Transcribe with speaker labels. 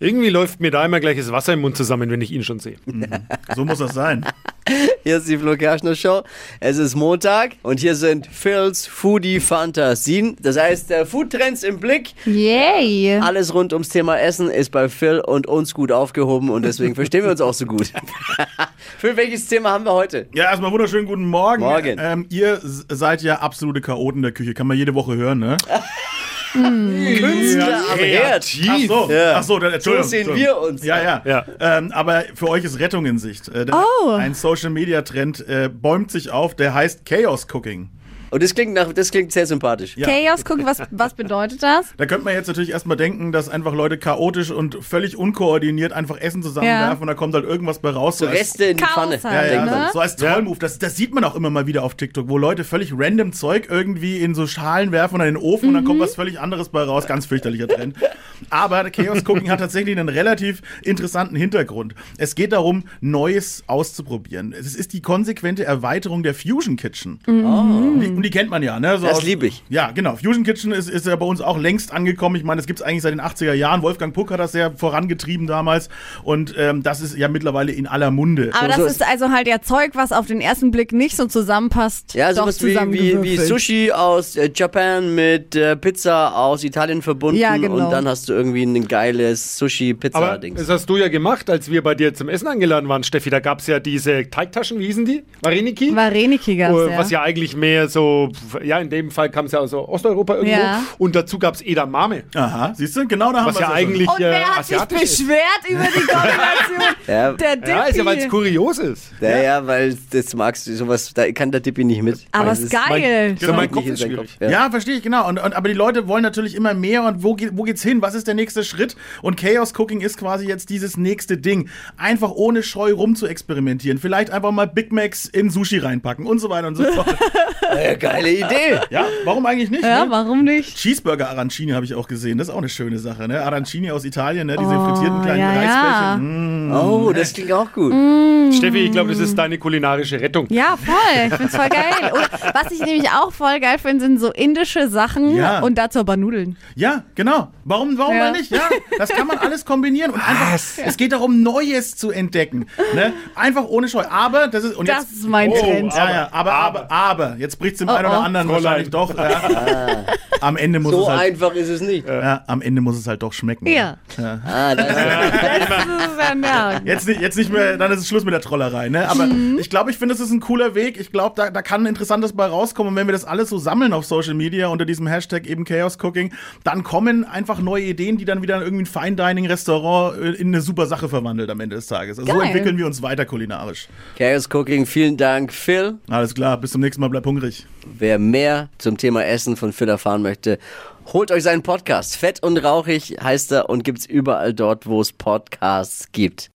Speaker 1: Irgendwie läuft mir da immer gleich das Wasser im Mund zusammen, wenn ich ihn schon sehe.
Speaker 2: So muss das sein.
Speaker 3: Hier ist die Flo Kerschner Show. Es ist Montag und hier sind Phil's Foodie Fantasien. Das heißt, äh, Foodtrends im Blick.
Speaker 4: Mhm. Yay!
Speaker 3: Alles rund ums Thema Essen ist bei Phil und uns gut aufgehoben und deswegen verstehen wir uns auch so gut. Phil, welches Thema haben wir heute?
Speaker 2: Ja, erstmal wunderschönen guten Morgen.
Speaker 3: Morgen.
Speaker 2: Ähm, ihr s- seid ja absolute Chaoten der Küche. Kann man jede Woche hören, ne?
Speaker 3: Künstler am Herd.
Speaker 2: Ach so,
Speaker 3: Ja.
Speaker 2: ach so dann, Entschuldigung.
Speaker 3: So sehen
Speaker 2: Entschuldigung.
Speaker 3: wir uns.
Speaker 2: Ja, ja.
Speaker 1: Ja.
Speaker 2: Ähm, aber für euch ist Rettung in Sicht. Äh, der-
Speaker 4: Oh.
Speaker 2: Ein Social-Media-Trend äh, bäumt sich auf, der heißt Chaos-Cooking.
Speaker 3: Und das klingt, nach, das klingt sehr sympathisch.
Speaker 2: Ja.
Speaker 4: Chaos gucken, was, was bedeutet das?
Speaker 2: Da könnte man jetzt natürlich erstmal denken, dass einfach Leute chaotisch und völlig unkoordiniert einfach Essen zusammenwerfen
Speaker 4: Ja.
Speaker 2: und da kommt halt irgendwas bei raus.
Speaker 3: So
Speaker 2: als-
Speaker 3: Reste in die
Speaker 4: Chaos
Speaker 3: Pfanne.
Speaker 4: halt.
Speaker 2: Ja, ja,
Speaker 4: ne?
Speaker 2: so als Trollmove. Das, das sieht man auch immer mal wieder auf TikTok, wo Leute völlig random Zeug irgendwie in so Schalen werfen oder in den Ofen und dann kommt was völlig anderes bei raus. Ganz fürchterlicher Trend. Aber Chaos Cooking hat tatsächlich einen relativ interessanten Hintergrund. Es geht darum, Neues auszuprobieren. Es ist die konsequente Erweiterung der Fusion Kitchen.
Speaker 4: Mhm.
Speaker 3: Oh.
Speaker 2: Die, und die kennt man ja, ne? So
Speaker 3: Das
Speaker 2: aus-
Speaker 3: lieb ich.
Speaker 2: Ja, genau. Fusion Kitchen ist, ist ja bei uns auch längst angekommen. Ich meine, das gibt es eigentlich seit den 80er Jahren. Wolfgang Puck hat das sehr vorangetrieben damals. Und ähm, das ist ja mittlerweile in aller Munde.
Speaker 4: Aber das
Speaker 3: so
Speaker 4: ist also halt ja Zeug, was auf den ersten Blick nicht so zusammenpasst.
Speaker 3: Ja,
Speaker 4: doch
Speaker 3: sowas wie, wie, wie
Speaker 4: zusammengewürfelt.
Speaker 3: Sushi aus äh, Japan mit äh, Pizza aus Italien verbunden
Speaker 4: Ja, genau.
Speaker 3: und dann hast du irgendwie ein geiles
Speaker 1: Aber
Speaker 3: Sushi-Pizza-Ding.
Speaker 1: das hast du ja gemacht, als wir bei dir zum Essen eingeladen waren, Steffi. Da gab es ja diese Teigtaschen, wie hießen die? Mariniki?
Speaker 4: Vareniki gab's,
Speaker 1: Äh,
Speaker 4: ja.
Speaker 1: Was ja eigentlich mehr so, ja, in dem Fall kam es ja aus Osteuropa irgendwo.
Speaker 4: Ja.
Speaker 1: Und dazu gab es Edamame,
Speaker 2: Aha, siehst du, genau da haben
Speaker 1: was
Speaker 2: wir
Speaker 1: ja eigentlich
Speaker 4: Und
Speaker 1: äh,
Speaker 4: wer hat sich
Speaker 1: asiatisch ist.
Speaker 4: beschwert über die Kombination?
Speaker 3: Ja.
Speaker 4: Der Dippi.
Speaker 1: Ja, ist ja, weil es kurios ist.
Speaker 3: Naja, weil das magst du sowas, da kann der Dippi nicht mit.
Speaker 4: Aber
Speaker 3: Das
Speaker 4: ist geil.
Speaker 1: Mein, mein
Speaker 3: nicht
Speaker 1: Kopf
Speaker 3: in
Speaker 1: ist
Speaker 3: seinen
Speaker 1: schwierig.
Speaker 3: Ja.
Speaker 2: Ja, verstehe ich, genau. Und, und, aber die Leute wollen natürlich immer mehr und wo, geht, wo geht's hin? Was ist der nächste Schritt? Und Chaos Cooking ist quasi jetzt dieses nächste Ding. Einfach ohne Scheu rum zu experimentieren. Vielleicht einfach mal Big Macs in Sushi reinpacken und so weiter und so fort.
Speaker 3: Äh, geile Idee.
Speaker 2: ja, warum eigentlich nicht?
Speaker 4: Ja,
Speaker 2: ne?
Speaker 4: warum nicht?
Speaker 2: Cheeseburger Arancini habe ich auch gesehen. Das ist auch eine schöne Sache. Ne? Arancini aus Italien, ne? diese
Speaker 4: Oh,
Speaker 2: frittierten kleinen
Speaker 4: ja, ja.
Speaker 2: Reisbällchen. Mm.
Speaker 3: Oh, das klingt auch gut.
Speaker 1: Steffi, ich glaube, das ist deine kulinarische Rettung.
Speaker 4: Ja, voll. Ich find's voll geil. Und was ich nämlich auch voll geil finde, sind so indische Sachen
Speaker 2: Ja.
Speaker 4: und dazu aber Nudeln.
Speaker 2: Ja, genau. Warum, warum
Speaker 4: Ja.
Speaker 2: mal nicht? Ja, das kann man alles kombinieren und einfach. Es geht darum, Neues zu entdecken. Ne? Einfach ohne Scheu. Aber das ist und
Speaker 4: Das
Speaker 2: jetzt, Oh,
Speaker 4: ist mein Trend.
Speaker 2: Ja, ja, aber, aber, aber, jetzt bricht es dem einen oder
Speaker 4: oh.
Speaker 2: anderen wahrscheinlich doch. Ja. Am Ende muss
Speaker 3: So
Speaker 2: es halt.
Speaker 3: einfach ist es nicht.
Speaker 2: Ja, am Ende muss es halt doch schmecken.
Speaker 4: Ja.
Speaker 3: Ah, das,
Speaker 4: Das ist ja nervig.
Speaker 2: Jetzt nicht, jetzt nicht mehr, dann ist es Schluss mit der Trollerei, ne? Aber ich glaube, ich finde, das ist ein cooler Weg. Ich glaube, da, da kann ein interessantes bei rauskommen. Und wenn wir das alles so sammeln auf Social Media unter diesem Hashtag eben Chaos Cooking, dann kommen einfach neue Ideen, die dann wieder in irgendwie ein Fine-Dining-Restaurant äh, in eine super Sache verwandelt am Ende des Tages. Also so
Speaker 4: Geil.
Speaker 2: entwickeln wir uns weiter kulinarisch.
Speaker 3: Chaos Cooking, vielen Dank, Phil.
Speaker 2: Alles klar, bis zum nächsten Mal, bleib hungrig.
Speaker 3: Wer mehr zum Thema Essen von Phil erfahren möchte, holt euch seinen Podcast. Fett und rauchig heißt er und gibt's überall dort, wo es Podcasts gibt.